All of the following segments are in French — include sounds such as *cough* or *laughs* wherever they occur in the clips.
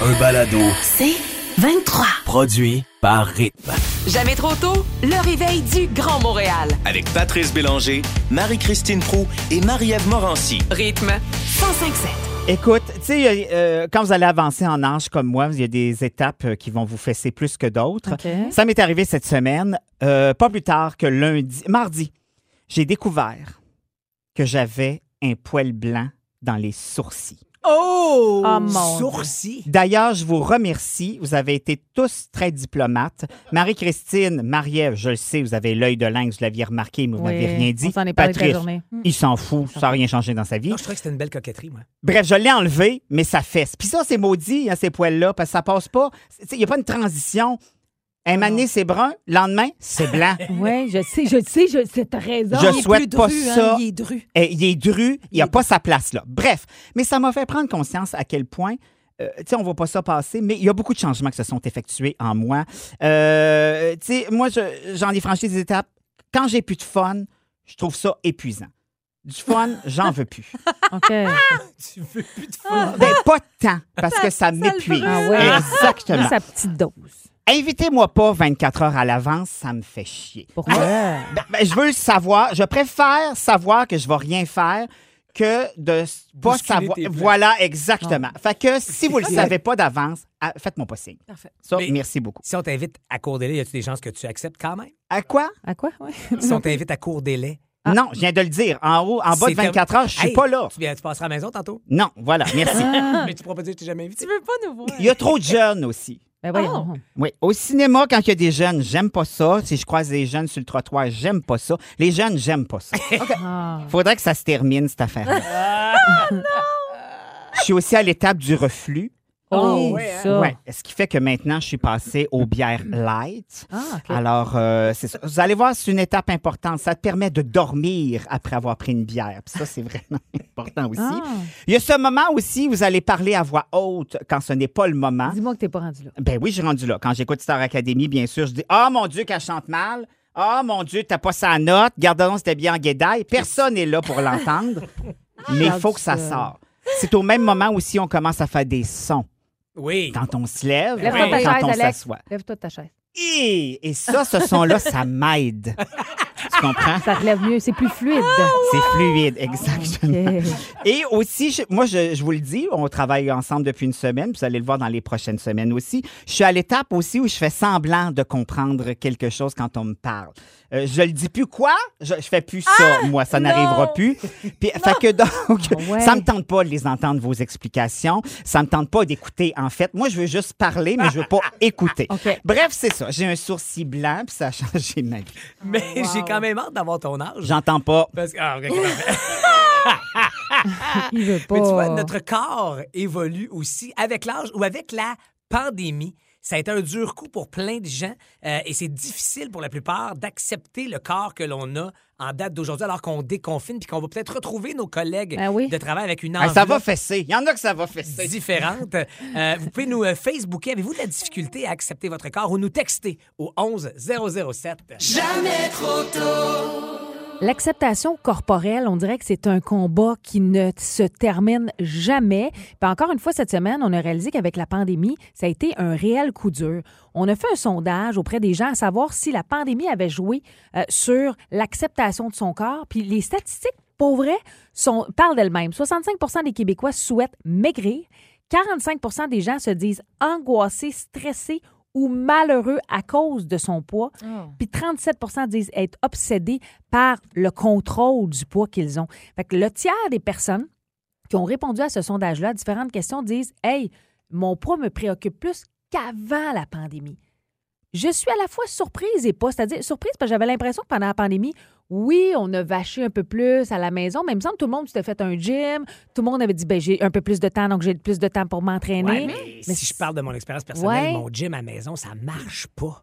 Un balado C'est 23. produit par Rythme. Jamais trop tôt, le réveil du Grand Montréal. avec Patrice Bélanger, Marie-Christine Prou et Marie-Ève Morancy. Rythme 1057. Écoute, tu sais, euh, quand vous allez avancer en âge comme moi, il y a des étapes euh, qui vont vous fesser plus que d'autres. Ça m'est arrivé cette semaine, euh, pas plus tard que lundi, mardi, j'ai découvert que j'avais un poil blanc dans les sourcils. Oh mon D'ailleurs, je vous remercie. Vous avez été tous très diplomates. Marie-Christine, Marie-Ève, je le sais, vous avez l'œil de lynx, vous l'aviez remarqué, mais vous Oui, n'aviez rien dit. on s'en est parlé toute la Patrice, journée. il s'en fout, ça n'a rien changé dans sa vie. Non, je trouvais que c'était une belle coquetterie, moi. Bref, je l'ai enlevé, mais ça fesse. Puis ça, c'est maudit, hein, ces poils-là, parce que ça passe pas. Il n'y a pas une transition. Un moment donné, c'est brun, le lendemain, c'est *laughs* blanc. Oui, je sais, je sais, je sais, t'as raison. Je Il est souhaite plus pas dru, hein, ça. il est dru. Et il est dru, il n'y a pas sa place là. Bref, mais ça m'a fait prendre conscience à quel point, euh, tu sais, on ne voit pas ça passer, mais il y a beaucoup de changements qui se sont effectués en moi. Euh, tu sais, moi, je- j'en ai franchi des étapes. Quand j'ai plus de fun, je trouve ça épuisant. Du fun, j'en veux plus. OK. Tu veux plus de fun. Ben, pas tant, parce que ça m'épuise. Ah ouais. Exactement. Sa petite dose. Invitez-moi pas 24 heures à l'avance, ça me fait chier. Pourquoi? Ben, ben, je veux le savoir. Je préfère savoir que je vais rien faire que de s- pas Bousculer savoir. tes plans. Voilà, exactement. Fait que si vous le savez Ah. pas d'avance, ah, faites-moi pas signe. Parfait. Ça, Mais- merci beaucoup. Si on t'invite à court délai, y a-tu des chances que tu acceptes quand *laughs* même? À quoi? À quoi? Ouais. Si on t'invite à court délai, Ah. Non, je viens de le dire. En haut, en bas de C'est comme- 24 heures, je suis Hey, pas là. tu, viens, tu passeras à la maison tantôt. Non, voilà, merci. Mais tu pourras pas dire que je t'ai jamais invité. Il y a trop de jeunes aussi. Ben voyons. Oui, au cinéma, quand il y a des jeunes, j'aime pas ça. Si je croise des jeunes sur le trottoir, j'aime pas ça. Les jeunes, j'aime pas *laughs* ça. Ah. Faudrait que ça se termine, cette affaire. Je suis aussi à l'étape du reflux. Oh, ça. Ouais. Ce qui fait que maintenant, je suis passé aux bières light. Ah, OK. Alors, euh, c'est ça. Vous allez voir, c'est une étape importante. Ça te permet de dormir après avoir pris une bière. Puis ça, c'est vraiment *laughs* important aussi. Ah. Il y a ce moment aussi, vous allez parler à voix haute quand ce n'est pas le moment. Dis-moi que t'es pas rendu là. Ben oui, j'ai rendu là. Quand j'écoute Star Academy, bien sûr, je dis Ah mon Dieu, qu'elle chante mal. Ah mon Dieu, t'as pas sa note. Gardons, c'était bien en guédaille. Personne n'est là pour l'entendre. Mais il faut que ça Ça. sorte. C'est au même moment aussi, on commence à faire des sons. Oui. Quand on se lève, Lève-toi de ta quand chaise, on Alex. s'assoit. Lève-toi de ta chaise. Et, et ça, ce son-là, ça m'aide. Tu comprends? Ça te lève mieux, c'est plus fluide. C'est fluide, exactement. OK. Et aussi, je- moi, je, je vous le dis, on travaille ensemble depuis une semaine, puis vous allez le voir dans les prochaines semaines aussi. Je suis à l'étape aussi où je fais semblant de comprendre quelque chose quand on me parle. Euh, je le dis plus quoi? Je, je fais plus ça, moi. Ça n'arrivera plus. *laughs* Puis, fait que donc, Ah ouais. ça me tente pas de les entendre, vos explications. Ça me tente pas d'écouter, en fait. Moi, je veux juste parler, mais je veux *laughs* pas écouter. OK. Bref, c'est ça. J'ai un sourcil blanc, puis ça a changé ma vie. Mais j'ai quand même hâte d'avoir ton âge. J'entends pas. Parce que, ah, ok, parfait. Il veut pas. Mais tu vois, notre corps évolue aussi avec l'âge ou avec la pandémie. Ça a été un dur coup pour plein de gens euh, et c'est difficile pour la plupart d'accepter le corps que l'on a en date d'aujourd'hui alors qu'on déconfine puis qu'on va peut-être retrouver nos collègues Ben oui. de travail avec une Ah, enveloppe ça va fesser. Il y en a que ça va fesser. différentes. Euh, vous pouvez nous euh, Facebooker. Avez-vous de la difficulté à accepter votre corps ou nous texter au 11 007? L'acceptation corporelle, on dirait que c'est un combat qui ne se termine jamais. Puis encore une fois, cette semaine, on a réalisé qu'avec la pandémie, ça a été un réel coup dur. On a fait un sondage auprès des gens à savoir si la pandémie avait joué euh, sur l'acceptation de son corps. Puis les statistiques, pour vrai, sont, parlent d'elles-mêmes. 65 des Québécois souhaitent maigrir. 45 des gens se disent angoissés, stressés ou malheureux à cause de son poids. Puis 37 disent être obsédés par le contrôle du poids qu'ils ont. Fait que le tiers des personnes qui ont répondu à ce sondage-là, à différentes questions, disent Hey, mon poids me préoccupe plus qu'avant la pandémie. Je suis à la fois surprise et pas, c'est-à-dire surprise parce que j'avais l'impression que pendant la pandémie, oui, on a vaché un peu plus à la maison, mais il me semble que tout le monde s'était fait un gym, tout le monde avait dit ben, j'ai un peu plus de temps, donc j'ai plus de temps pour Ouais, m'entraîner. mais si je parle de mon expérience personnelle, Ouais. mon gym à la maison, ça marche pas.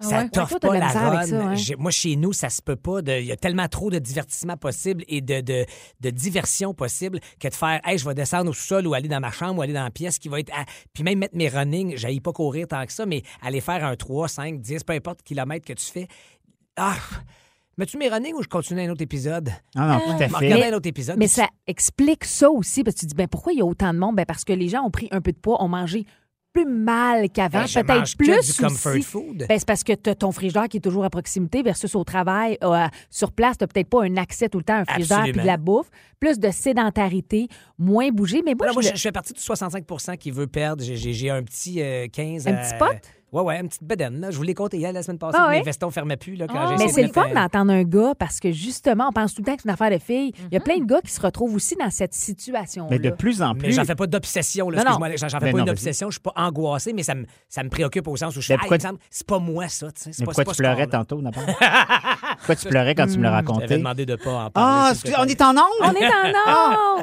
Ah Ça ouais? t'offre Ouais, toi, t'as pas de la la misère avec run. ça, hein. ouais. J'ai- Moi, chez nous, ça se peut pas. de- Il y a tellement trop de divertissement possible et de, de, de diversion possible que de faire, hey, je vais descendre au sous-sol ou aller dans ma chambre ou aller dans la pièce qui va être. à- Puis même mettre mes running, j'aille pas courir tant que ça, mais aller faire un 3, 5, 10, peu importe kilomètre que tu fais. Ah! Mets-tu mes running ou je continue un autre épisode? Non, Ah non, tout à Je vais fait. regarder un autre épisode. Mais Puis tu ça explique ça aussi, parce que tu dis, ben, pourquoi il y a autant de monde? Ben, parce que les gens ont pris un peu de poids, ont mangé plus mal qu'avant, Ben, je mange peut-être que plus du comfort aussi. food. Ben, c'est parce que t'as ton frigidaire qui est toujours à proximité versus au travail, euh, sur place, t'as peut-être pas un accès tout le temps à un frigidaire puis de la bouffe. Plus de sédentarité, moins bouger. Mais moi, Alors, moi, je je, le- je fais partie du 65 qui veut perdre. J'ai- J'ai j'ai un petit euh, 15 Un à- petit pot? Ouais, ouais, une petite bedaine. là. Je vous l'ai compté hier la semaine passée. Ah que ouais? Mes vestons ne fermaient plus. Là, quand Ah. j'ai Mais Mais essayé c'est le de fun mettre un- d'entendre un gars parce que justement, on pense tout le temps que c'est une affaire de fille. Il y Mhm. a plein de gars qui se retrouvent aussi dans cette situation-là. Mais de plus en Mais plus. j'en fais pas d'obsession. là. Non, non. Excuse-moi, j'en j'en fais Mais pas non, une vas-y. obsession. Je suis pas angoissé, mais ça me, ça me préoccupe au sens où je suis. Mais Ah, pourquoi il me semble, c'est pas moi, ça. tu sais, c'est Mais pas- pourquoi c'est pas tu ce pleurais corps-là. tantôt, *laughs* Napoléon? pourquoi tu pleurais quand tu me l'as Je t'avais raconté? demandé de pas en parler. Ah, s'il te excusez, on plaît. est en On onde! est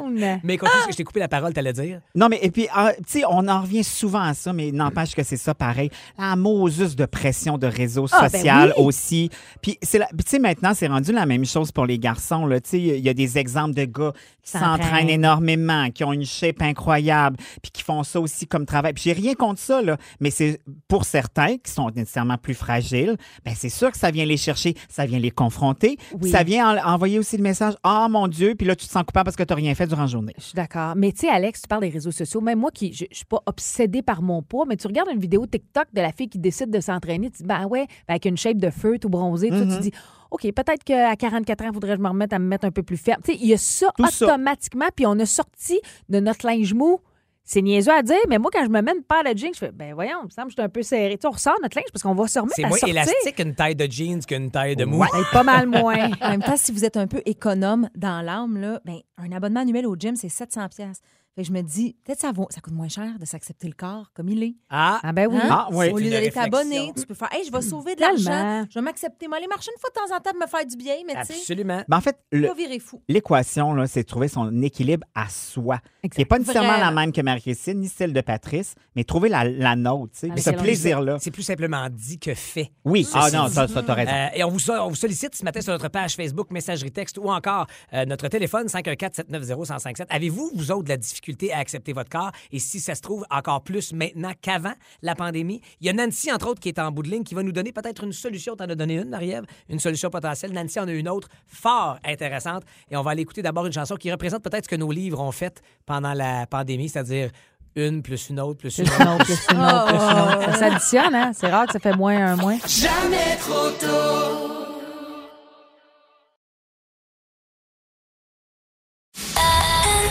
*laughs* en onde! Mais continue, parce que je t'ai coupé la parole, t'allais dire. Non, mais et puis, ah, tu sais, on en revient souvent à ça, mais n'empêche que c'est ça pareil. La Moses de pression de réseau Ah, ben social oui. aussi. Puis, c'est la- puis tu sais, maintenant, c'est rendu la même chose pour les garçons. là. Tu sais, il y a des exemples de gars qui S'entraînent. s'entraînent énormément, qui ont une shape incroyable, puis qui font ça aussi comme travail. Puis, j'ai rien contre ça, là, mais c'est pour certains qui sont nécessairement plus fragiles, ben c'est sûr que ça vient les chercher, ça vient les confronter, puis Oui. ça vient en- envoyer aussi le message Ah mon Dieu, puis là, tu te sens coupable parce que tu n'as rien fait durant la journée. Je suis d'accord. Mais tu sais, Alex, tu parles des réseaux sociaux. Même moi, qui, je, je suis pas obsédée par mon poids, mais tu regardes une vidéo TikTok de la fille qui décide de s'entraîner. Tu dis, ben ouais, ben avec une shape de feu, tout bronzé. tout, Mm-hmm. Tu dis, OK, peut-être qu'à 44 ans, faudrait que je me remette à me mettre un peu plus ferme. Tu sais, il y a ça Tout ça. automatiquement, puis on a sorti de notre linge mou. C'est niaiseux à dire, mais moi, quand je me mets une paire de jeans, je fais, ben voyons, il me semble que je suis un peu serré. Tu sais, on ressort notre linge parce qu'on va se remettre C'est à moins sortir. élastique une taille de jeans qu'une taille de mou. Peut-être pas mal *laughs* moins. En même temps, si vous êtes un peu économe dans l'âme, là, ben, un abonnement annuel au gym, c'est 700 pièces. Fait que je me dis, peut-être ça vaut, ça coûte moins cher de s'accepter le corps comme il est. Ah, Ah ben oui. Hein? Ah, oui. Au lieu C'est une d'aller réflexion. t'abonner, tu peux faire, hey, je vais sauver de Tellement. l'argent, je vais m'accepter, moi aller marcher une fois de temps en temps, de me faire du bien, mais tu sais, absolument. Ben, en fait, le, pas virer fou. *laughs* L'équation, là, c'est de trouver son équilibre à soi. Exact. Qui n'est pas nécessairement Vraiment. la même que Marie-Christine, ni celle de Patrice, mais trouver la, la nôtre, tu sais, Avec ce quel plaisir-là. C'est plus simplement dit que fait. Oui, ah Ceci non, dit, ça, ça, t'as raison. Euh, et on vous, on vous sollicite ce matin sur notre page Facebook, messagerie texte ou encore euh, notre téléphone 514-790-1057. Avez-vous, vous autres, de la difficulté à accepter votre corps? Et si ça se trouve encore plus maintenant qu'avant la pandémie? Il y a Nancy, entre autres, qui est en bout de ligne, qui va nous donner peut-être une solution. T'en as donné une, Marie-Ève, une solution potentielle. Nancy en a une autre fort intéressante. Et on va aller écouter d'abord une chanson qui représente peut-être ce que nos livres ont fait pendant la pandémie, c'est-à-dire une plus une autre plus une autre. Non, plus une autre, plus une autre. Ça s'additionne, hein? C'est rare que ça fait moins un moins.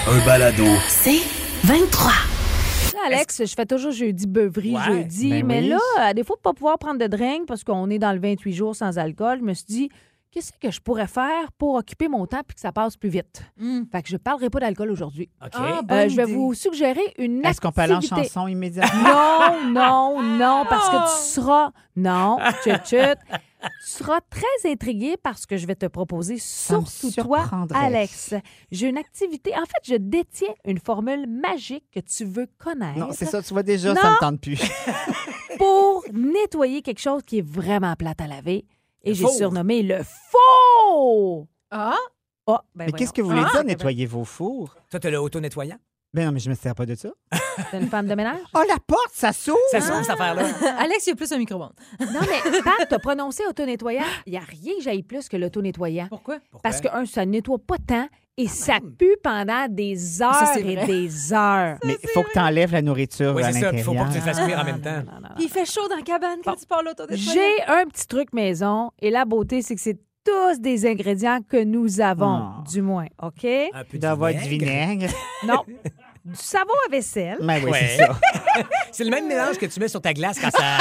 un balado, 23. Là, Alex, je fais toujours jeudi beuverie, Ouais, jeudi. ben mais oui. là, à défaut de pas pouvoir prendre de drink parce qu'on est dans le 28 jours sans alcool, je me suis dit, qu'est-ce que je pourrais faire pour occuper mon temps puis que ça passe plus vite? Fait que je parlerai pas d'alcool aujourd'hui. OK. Ah, Euh, Hmm. bonne je vais idée. vous suggérer une activité. Est-ce qu'on peut aller en chanson immédiatement? *laughs* Non, non, non, parce que Ah! tu seras... Non, tchut, tchut. Tu seras très intrigué par ce que je vais te proposer, me surtout toi, surprendrait. Alex. J'ai une activité. En fait, je détiens une formule magique que tu veux connaître Non, Eh c'est ça, tu vois déjà, Non. ça me tente plus. pour nettoyer quelque chose qui est vraiment plate à laver. Et j'ai four. surnommé le faux. Ah, Ah, ben mais qu'est-ce que vous voulez dire, nettoyer vos fours? Toi, t'as le auto-nettoyant? Ben non, mais je me sers pas de ça. que Ah, T'es une femme de ménage? Oh, la porte, ça s'ouvre! Ça se trouve, cette *laughs* affaire-là. Alex, il y a plus un micro-ondes. *laughs* Non, mais Pat, t'as prononcé auto-nettoyant. Il n'y a rien que j'aille plus que l'auto-nettoyant. Pourquoi? Parce que, un, ça nettoie pas tant et ça pue pendant des heures Ça, c'est et vrai. des heures. Mais il faut que tu enlèves la nourriture Oui, à c'est ça. Il l'intérieur. faut pas que tu le fasses cuire en même temps. Non, non, non. Puis il fait chaud dans la cabane quand tu pars l'auto Ah. J'ai un petit truc maison et la beauté, c'est que c'est tous des ingrédients que nous avons, Oh. du moins. OK? Un peu de D'avoir du vinaigre. vinaigre. Non. du savon à vaisselle. Mais oui, Ouais. c'est ça. C'est le même mélange que tu mets sur ta glace quand ça.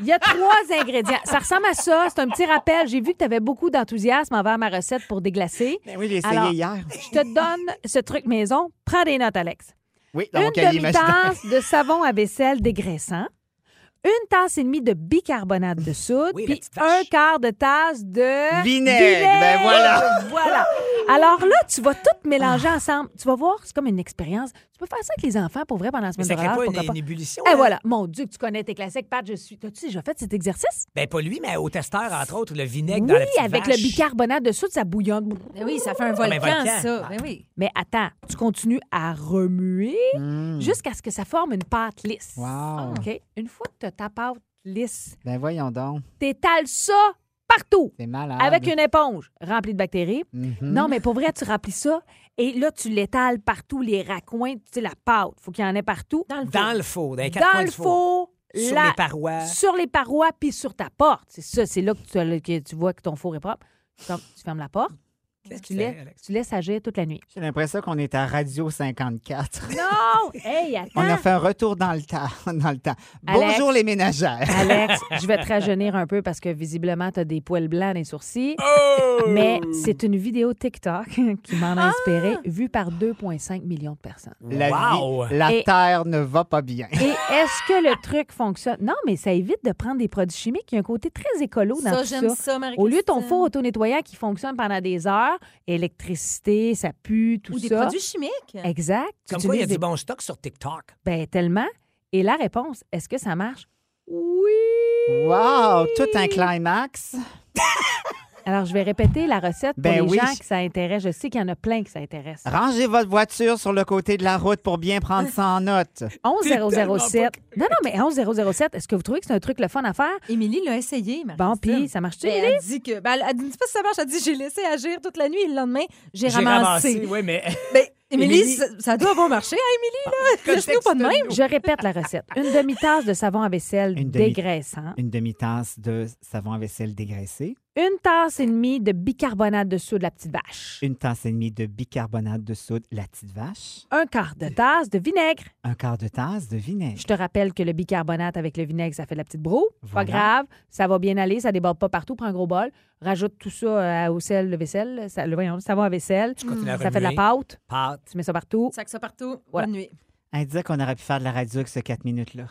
Il y a trois *laughs* ingrédients. Ça ressemble à ça. C'est un petit rappel. J'ai vu que tu avais beaucoup d'enthousiasme envers ma recette pour déglacer. Ben oui, j'ai essayé Alors, hier. Je te donne ce truc maison. Prends des notes, Alex. Oui, dans Une mon cahier imaginaire. demi-tasse de savon à vaisselle dégraissant. Une tasse et demie de bicarbonate de soude, Oui, la puis petite vache. un quart de tasse de Vinaigre, ben voilà. *laughs* Voilà. Alors là, tu vas tout mélanger ensemble. Tu vas voir, c'est comme une expérience. Tu peux faire ça avec les enfants pour vrai pendant la Mais semaine ça de crée relâche, pas une, pourquoi pas. une ébullition. hein. Eh là. voilà, mon Dieu, que tu connais tes classiques, Pat, je suis. T'as-tu déjà fait cet exercice? Ben, pas lui, mais au testeur, entre autres, le vinaigre dans Oui, la petite avec vache. le bicarbonate de soude, ça bouillonne. Ben oui, ça fait un Ah, Comme un volcan, volcan. ça. Ben oui. Mais attends, tu continues à remuer Hmm. Mm. jusqu'à ce que ça forme une pâte lisse. Wow. OK? Une fois que tu as ta pâte lisse, Ben voyons donc, t'étales ça partout c'est malade. Ah, avec une éponge remplie de bactéries. Mhm. Mm-hmm. Non, mais pour vrai, tu remplis ça Et là, tu l'étales partout, les raccoins, tu sais, la pâte. faut qu'il y en ait partout. Dans le four. Dans le four, dans les quatre Dans coins le du four. four. Sur la- les parois. Sur les parois, puis sur ta porte. C'est ça, c'est là que tu, as le- que tu vois que ton four est propre. Tu fermes- tu fermes la porte. Qu'est-ce Tu qu'il fait, laisses, Alex? tu laisses agir toute la nuit. J'ai l'impression qu'on est à Radio 54. Non! Hey, attends! On a fait un retour dans le temps. *laughs* Dans le temps. hein? Alex. Bonjour les ménagères. Alex, je vais te rajeunir un peu parce que visiblement, tu as des poils blancs et sourcils. Mais c'est une vidéo TikTok *laughs* qui m'en a inspiré, vue par 2,5 millions de personnes. La, Wow! vie- la Et- terre ne va pas bien. Et est-ce que le truc fonctionne? Non, mais ça évite de prendre des produits chimiques. Il y a un côté très écolo dans Ça, tout j'aime ça. ça, marie Au lieu de ton four auto-nettoyant qui fonctionne pendant des heures, électricité, ça pue, tout Ou des ça. produits chimiques. Exact. Tu Comme quoi, il y a utilises du des- bon stock sur TikTok. Ben, tellement. Et la réponse, est-ce que ça marche? Oui! Wow! Tout un climax. Alors, je vais répéter la recette pour Ben les oui. gens que ça intéresse. Je sais qu'il y en a plein que ça intéresse. Rangez votre voiture sur le côté de la route pour bien prendre ça en note. 11007. Non, non, mais 11007, est-ce que vous trouvez que c'est un truc le fun à faire? Émilie l'a essayé, marie Ah, Bon, puis ça marche-tu? elle dit que. ben, elle, elle dit pas si ça marche. Elle dit j'ai laissé agir toute la nuit et le lendemain, j'ai ramassé. oui, mais. Ben, Émilie, Émilie- ça, ça doit avoir marché, hein, Émilie, là? Laisse-nous pas de même. Je répète la recette. Une demi-tasse de savon à vaisselle Une demi- dégraissant, Une demi-tasse de savon à vaisselle dégraissé, une tasse et demie de bicarbonate de soude de la petite vache, une tasse et demie de bicarbonate de soude, la petite vache, un quart de tasse de vinaigre. un quart de tasse de vinaigre. Je te rappelle que le bicarbonate avec le vinaigre, ça fait de la petite broue. Pas Voilà. grave, ça va bien aller, ça déborde pas partout. Prends un gros bol, rajoute tout ça euh, au sel de vaisselle, ça, le, voyons, le savon à vaisselle. continues à Ça fait de la remuer. pâte, Pâte. tu mets ça partout. Sac ça partout. Voilà. Bonne nuit. Elle disait qu'on aurait pu faire de la radio avec ce 4 minutes-là.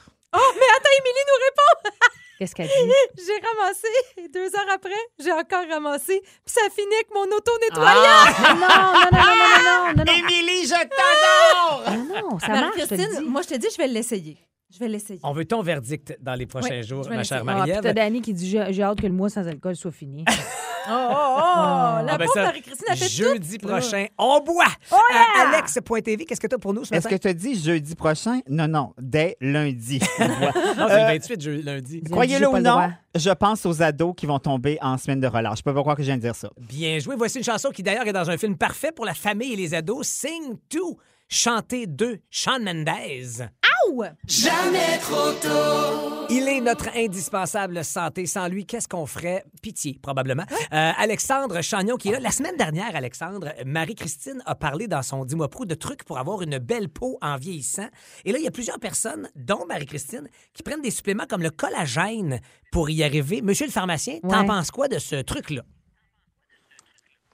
Émilie nous répond Qu'est-ce qu'elle *laughs* dit? *laughs* j'ai ramassé. Et deux heures après, j'ai encore ramassé. Puis ça finit avec mon auto-nettoyage. Ah! *laughs* non, non, non, non, non, non, non, non, non. Émilie, je t'adore! Ah non, ça marche, je te le Marie-Christine, dis. moi, je te dis, je vais l'essayer. Je vais l'essayer. On veut ton verdict dans les prochains Oui, je jours, vais ma chère l'essayer. Ah, puis Marie-Ève. t'as Dani qui dit j'ai j'ai hâte que le mois sans alcool *laughs* soit fini. Oh, oh, oh! La Ah, ben pauvre ça, Marie-Christine a fait Jeudi prochain, on boit! Euh, Alex.tv, qu'est-ce que t'as pour nous ce Est-ce matin? que tu as dit jeudi prochain? Non, non, dès *laughs* lundi. Non, c'est le 28 je- lundi. J'ai Croyez-le pas ou le non, droit. je pense aux ados qui vont tomber en semaine de relâche. Je peux pas croire que je viens de dire ça. Bien joué. Voici une chanson qui, d'ailleurs, est dans un film parfait pour la famille et les ados. Sing to, chanter de Sean Mendez. tout. Il est notre indispensable santé. Sans lui, qu'est-ce qu'on ferait? Pitié, probablement. Euh, Alexandre Chagnon qui est là. La semaine dernière, Alexandre, Marie-Christine a parlé dans son Dis-moi Prou de trucs pour avoir une belle peau en vieillissant. Et là, il y a plusieurs personnes, dont Marie-Christine, qui prennent des suppléments comme le collagène pour y arriver. Monsieur le pharmacien, t'en Ouais. penses quoi de ce truc-là?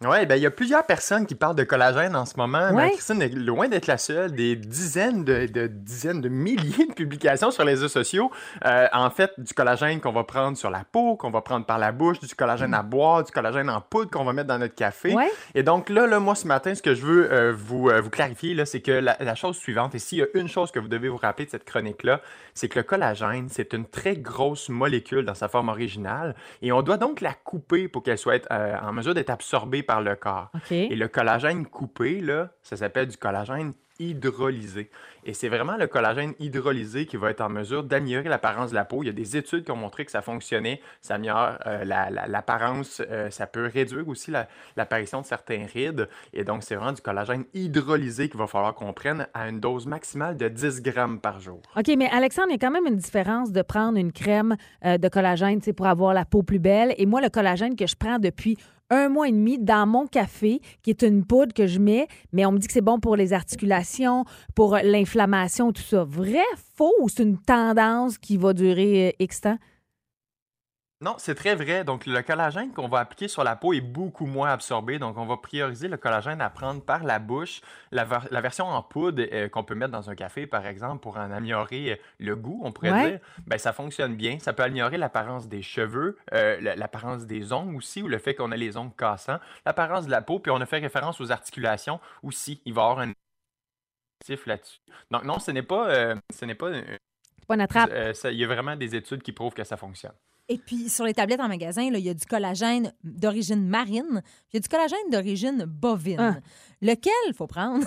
Oui, ben il y a plusieurs personnes qui parlent de collagène en ce moment. Ouais. Marie-Christine est loin d'être la seule. Des dizaines de, de dizaines de milliers de publications sur les réseaux sociaux. Euh, en fait, du collagène qu'on va prendre sur la peau, qu'on va prendre par la bouche, du collagène à boire, du collagène en poudre qu'on va mettre dans notre café. Mm. Ouais. Et donc là, là, moi ce matin, ce que je veux euh, vous, euh, vous clarifier, là, c'est que la, la chose suivante, et s'il y a une chose que vous devez vous rappeler de cette chronique-là, c'est que le collagène, c'est une très grosse molécule dans sa forme originale, et on doit donc la couper pour qu'elle soit euh, en mesure d'être absorbée par le corps. OK. Et le collagène coupé, là, ça s'appelle du collagène hydrolysé. Et c'est vraiment le collagène hydrolysé qui va être en mesure d'améliorer l'apparence de la peau. Il y a des études qui ont montré que ça fonctionnait, ça améliore euh, la- la- l'apparence, euh, ça peut réduire aussi la- l'apparition de certains rides. Et donc, c'est vraiment du collagène hydrolysé qu'il va falloir qu'on prenne à une dose maximale de 10 grammes par jour. OK, mais Alexandre, il y a quand même une différence de prendre une crème euh, de collagène tu sais, pour avoir la peau plus belle. Et moi, le collagène que je prends depuis un mois et demi dans mon café, qui est une poudre que je mets, mais on me dit que c'est bon pour les articulations, pour euh, l'inflammation, tout ça. Vrai, faux ou c'est une tendance qui va durer euh, X temps? Non, c'est très vrai. Donc, le collagène qu'on va appliquer sur la peau est beaucoup moins absorbé. Donc, on va prioriser le collagène à prendre par la bouche. La, ver- la version en poudre euh, qu'on peut mettre dans un café, par exemple, pour en améliorer euh, le goût, on pourrait Ouais. dire, ben, ça fonctionne bien. Ça peut améliorer l'apparence des cheveux, euh, la- l'apparence des ongles aussi, ou le fait qu'on a les ongles cassants, l'apparence de la peau, puis on a fait référence aux articulations aussi. Il va y avoir un effectif là-dessus. Donc, non, ce n'est pas. euh, ce n'est pas euh, C'est pas une attrape. euh, ça- il y a vraiment des études qui prouvent que ça fonctionne. Et puis, sur les tablettes en magasin, là, il y a du collagène d'origine marine, puis il y a du collagène d'origine bovine. Ah. Lequel faut prendre?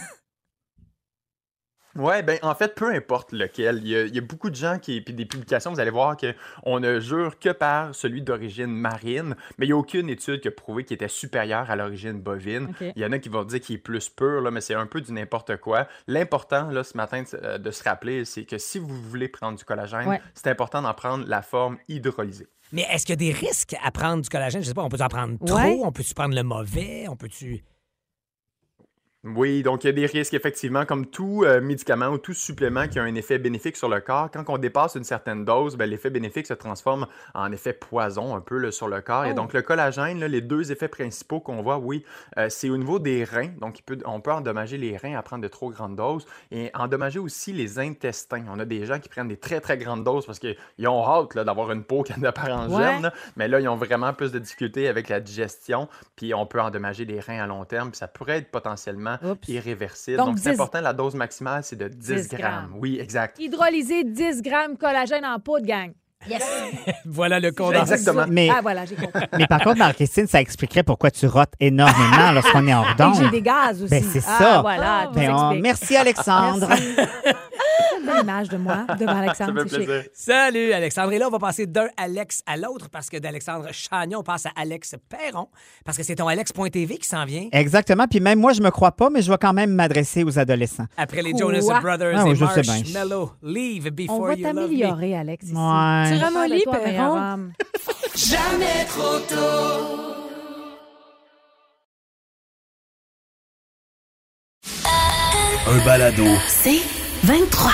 Ouais, ben en fait, peu importe lequel. Il y a, il y a beaucoup de gens qui. Puis des publications, vous allez voir qu'on ne jure que par celui d'origine marine, mais il n'y a aucune étude qui a prouvé qu'il était supérieur à l'origine bovine. OK. Il y en a qui vont dire qu'il est plus pur, là, mais c'est un peu du n'importe quoi. L'important, là, ce matin, de- euh, de se rappeler, c'est que si vous voulez prendre du collagène, Ouais. c'est important d'en prendre la forme hydrolysée. Mais est-ce qu'il y a des risques à prendre du collagène? Je sais pas, on peut en prendre trop, Ouais. on peut-tu prendre le mauvais, on peut-tu... *laughs* Oui, donc il y a des risques, effectivement, comme tout euh, médicament ou tout supplément qui a un effet bénéfique sur le corps. Quand on dépasse une certaine dose, ben, l'effet bénéfique se transforme en effet poison un peu là, sur le corps. Et donc le collagène, là, les deux effets principaux qu'on voit, oui, euh, c'est au niveau des reins. Donc il peut- on peut endommager les reins à prendre de trop grandes doses et endommager aussi les intestins. On a des gens qui prennent des très, très grandes doses parce qu'ils ont hâte là, d'avoir une peau qui en apparaît en Ouais. germe, là. mais là, ils ont vraiment plus de difficultés avec la digestion. Puis on peut endommager les reins à long terme. Puis ça pourrait être potentiellement Oups. irréversible. Donc, Donc, c'est 10 important, la dose maximale, c'est de 10, 10 grammes. grammes. Oui, exact. Hydrolyser 10 grammes collagène en poudre, gang. Voilà le condensé. Exactement. Mais, Ah, voilà, j'ai compris. mais par contre, Marie-Christine, ça expliquerait pourquoi tu rotes énormément lorsqu'on est en Et redonde. j'ai des gaz aussi. Ben, c'est ah, ça. voilà, tout Ben, on- s'explique. Merci, Alexandre. Belle image de moi devant *laughs* Ça Alexandre. fait c'est chic. plaisir. Salut, Alexandre. Et là, on va passer d'un Alex à l'autre parce que d'Alexandre Chagnon, on passe à Alex Perron parce que c'est ton Alex.tv qui s'en vient Exactement. Puis même moi, je me crois pas, mais je vais quand même m'adresser aux adolescents. après les Quoi? Jonas Brothers Ah et oui, je sais bien. Marshmallow. Leave before On va you love me. t'améliorer, Alex. ici. Ouais. Tu ramollis, Parle-toi, Perron. meilleure âme. Un balado. C'est 23.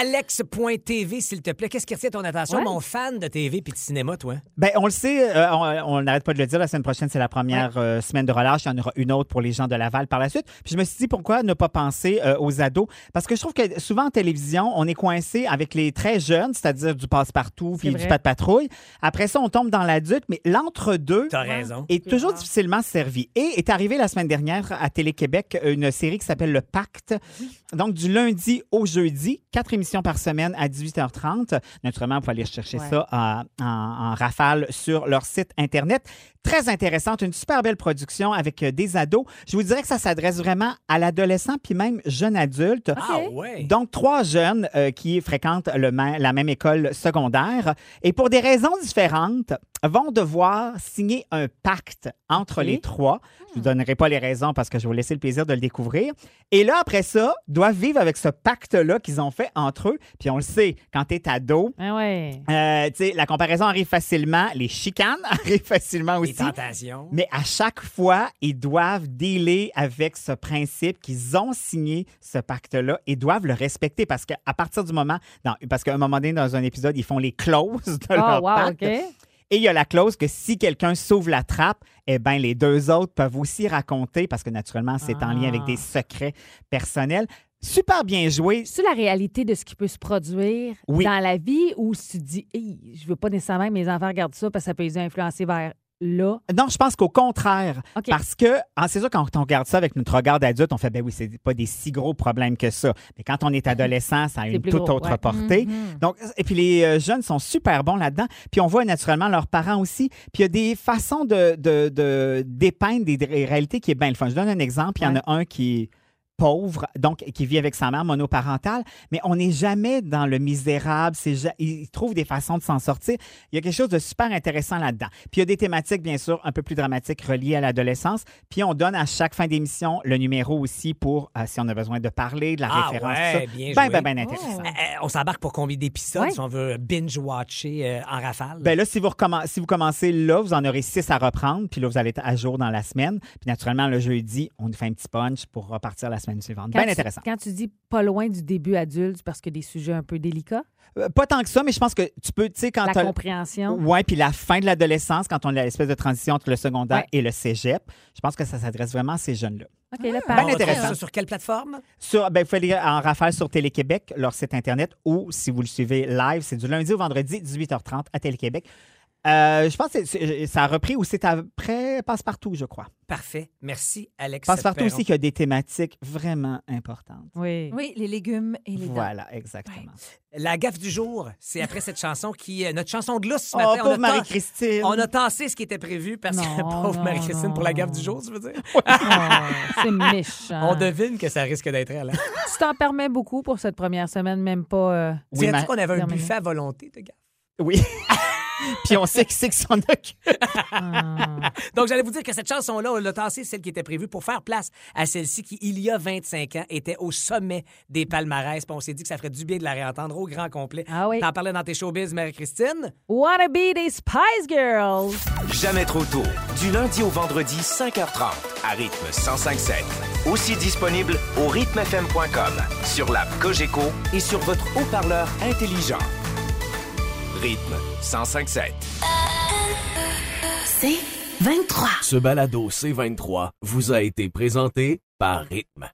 Alex.tv, s'il te plaît. Qu'est-ce qui retient ton attention? Ouais. Mon fan de TV puis de cinéma, toi. Ben, on le sait, euh, on- on n'arrête pas de le dire, la semaine prochaine, c'est la première euh, semaine de relâche. Il y en aura une autre pour les gens de Laval par la suite. Puis je me suis dit, pourquoi ne pas penser euh, aux ados? Parce que je trouve que souvent en télévision, on est coincé avec les très jeunes, c'est-à-dire du passe-partout puis vrai. du pas de patrouille. Après ça, on tombe dans l'adulte, mais l'entre-deux T'as raison. est toujours difficilement servi. Et est arrivée la semaine dernière à Télé-Québec une série qui s'appelle Le Pacte. Donc, du lundi au jeudi, quatre émissions par semaine à 18h30. Naturellement, vous pouvez aller chercher Ouais. ça en, en- en rafale sur leur site Internet. Très intéressante, une super belle production avec euh, des ados. Je vous dirais que ça s'adresse vraiment à l'adolescent puis même jeune adulte. Ah ouais. Donc, trois jeunes euh, qui fréquentent le ma- la même école secondaire et pour des raisons différentes vont devoir signer un pacte entre les trois. Je ne vous donnerai pas les raisons parce que je vais vous laisser le plaisir de le découvrir. Et là, après ça, doivent vivre avec ce pacte-là qu'ils ont fait entre eux. Puis on le sait, quand tu es ado, *laughs* Ah ouais. euh, tu sais, la comparaison arrive facilement, les chicanes *laughs* arrivent facilement Les aussi. tentations. Mmh. Mais à chaque fois, ils doivent dealer avec ce principe qu'ils ont signé ce pacte-là et doivent le respecter parce qu'à partir du moment, dans- parce qu'à un moment donné, dans un épisode, ils font les clauses de Ah, leur wow, pacte. OK. Et il y a la clause que si quelqu'un s'ouvre la trappe, eh bien, les deux autres peuvent aussi raconter parce que naturellement, c'est en lien avec Ah. des secrets personnels. Super bien joué. C'est la réalité de ce qui peut se produire Oui. dans la vie où tu te dis, Hey, je veux pas nécessairement que mes enfants regardent ça parce que ça peut les influencer vers là. Non, je pense qu'au contraire, OK. Parce que, ah, c'est sûr, quand on regarde ça avec notre regard d'adulte, on fait, ben oui, c'est pas des si gros problèmes que ça. Mais quand on est adolescent, ça a Ben C'est une plus toute gros, autre ouais. Mhm. portée. Donc, et puis les euh, jeunes sont super bons là-dedans. Puis on voit naturellement leurs parents aussi. Puis il y a des façons de, de, de dépeindre des, des réalités qui est bien le fun. Je donne un exemple. Il y en Ouais. a un qui est pauvre, donc qui vit avec sa mère monoparentale, mais on n'est jamais dans le misérable. C'est ja- il trouve des façons de s'en sortir. Il y a quelque chose de super intéressant là-dedans. Puis il y a des thématiques, bien sûr, un peu plus dramatiques reliées à l'adolescence. Puis on donne à chaque fin d'émission le numéro aussi pour, euh, si on a besoin de parler, de la Ah référence. ouais, ça. bien ben, joué. ben, ben intéressant. Euh, euh, on s'embarque pour combien d'épisodes Ouais. si on veut binge-watcher euh, en rafale? Ben là, si vous, recommen- si vous commencez là, vous en aurez six à reprendre, puis là, vous allez être à jour dans la semaine. Puis naturellement, le jeudi, on nous fait un petit punch pour repartir la semaine suivante. Quand Bien tu- intéressant. Quand tu dis pas loin du début adulte, c'est parce que des sujets un peu délicats, Euh, Pas tant que ça, mais je pense que tu peux, tu sais, quand la Ah, t'as- compréhension. Ouais, puis la fin de l'adolescence, quand on a l'espèce de transition entre le secondaire Ouais. et le cégep, je pense que ça s'adresse vraiment à ces jeunes-là. OK, là, Bon, par- on retrouve intéressant. ça sur quelle plateforme? Sur, ben, vous pouvez aller en rafale sur Télé-Québec, leur site Internet, ou si vous le suivez live, c'est du lundi au vendredi, 18h30 à Télé-Québec. Euh, je pense que c'est- c'est- ça a repris ou c'est après Passe-Partout, je crois. Parfait. Merci, Alex. Passe-Partout Perron. aussi qui a des thématiques vraiment importantes. Oui. *laughs* Oui, les légumes et les dents. Voilà, exactement. La gaffe du jour, c'est après cette chanson qui est notre chanson de lousse ce Oh, matin. pauvre ta- Marie-Christine. On a tassé ce qui était prévu parce que, Non, pauvre non, Marie-Christine, non, pour la gaffe non. du jour, tu veux dire? Oh, c'est méchant. Ah. On devine que ça risque d'être elle. hein? Tu t'en permets beaucoup pour cette première semaine, même pas. euh, Oui, Dirais-tu ma- qu'on avait un Terminé. buffet à volonté de gaffe? Oui. *laughs* Puis on sait que c'est que s'en occupe. Donc, j'allais vous dire que cette chanson-là, on l'a tassée, celle qui était prévue, pour faire place à celle-ci qui, il y a 25 ans, était au sommet des palmarès. Puis on s'est dit que ça ferait du bien de la réentendre au grand complet. Ah oui. T'en parlais dans tes showbiz, Marie-Christine? Wanna be des Spice Girls. Jamais trop tôt. Du lundi au vendredi, 5h30, à rythme 105.7. Aussi disponible au rythmefm.com, sur l'app Cogeco et sur votre haut-parleur intelligent. Rythme 105.7. C'est 23. Ce balado C23 vous a été présenté par Rythme.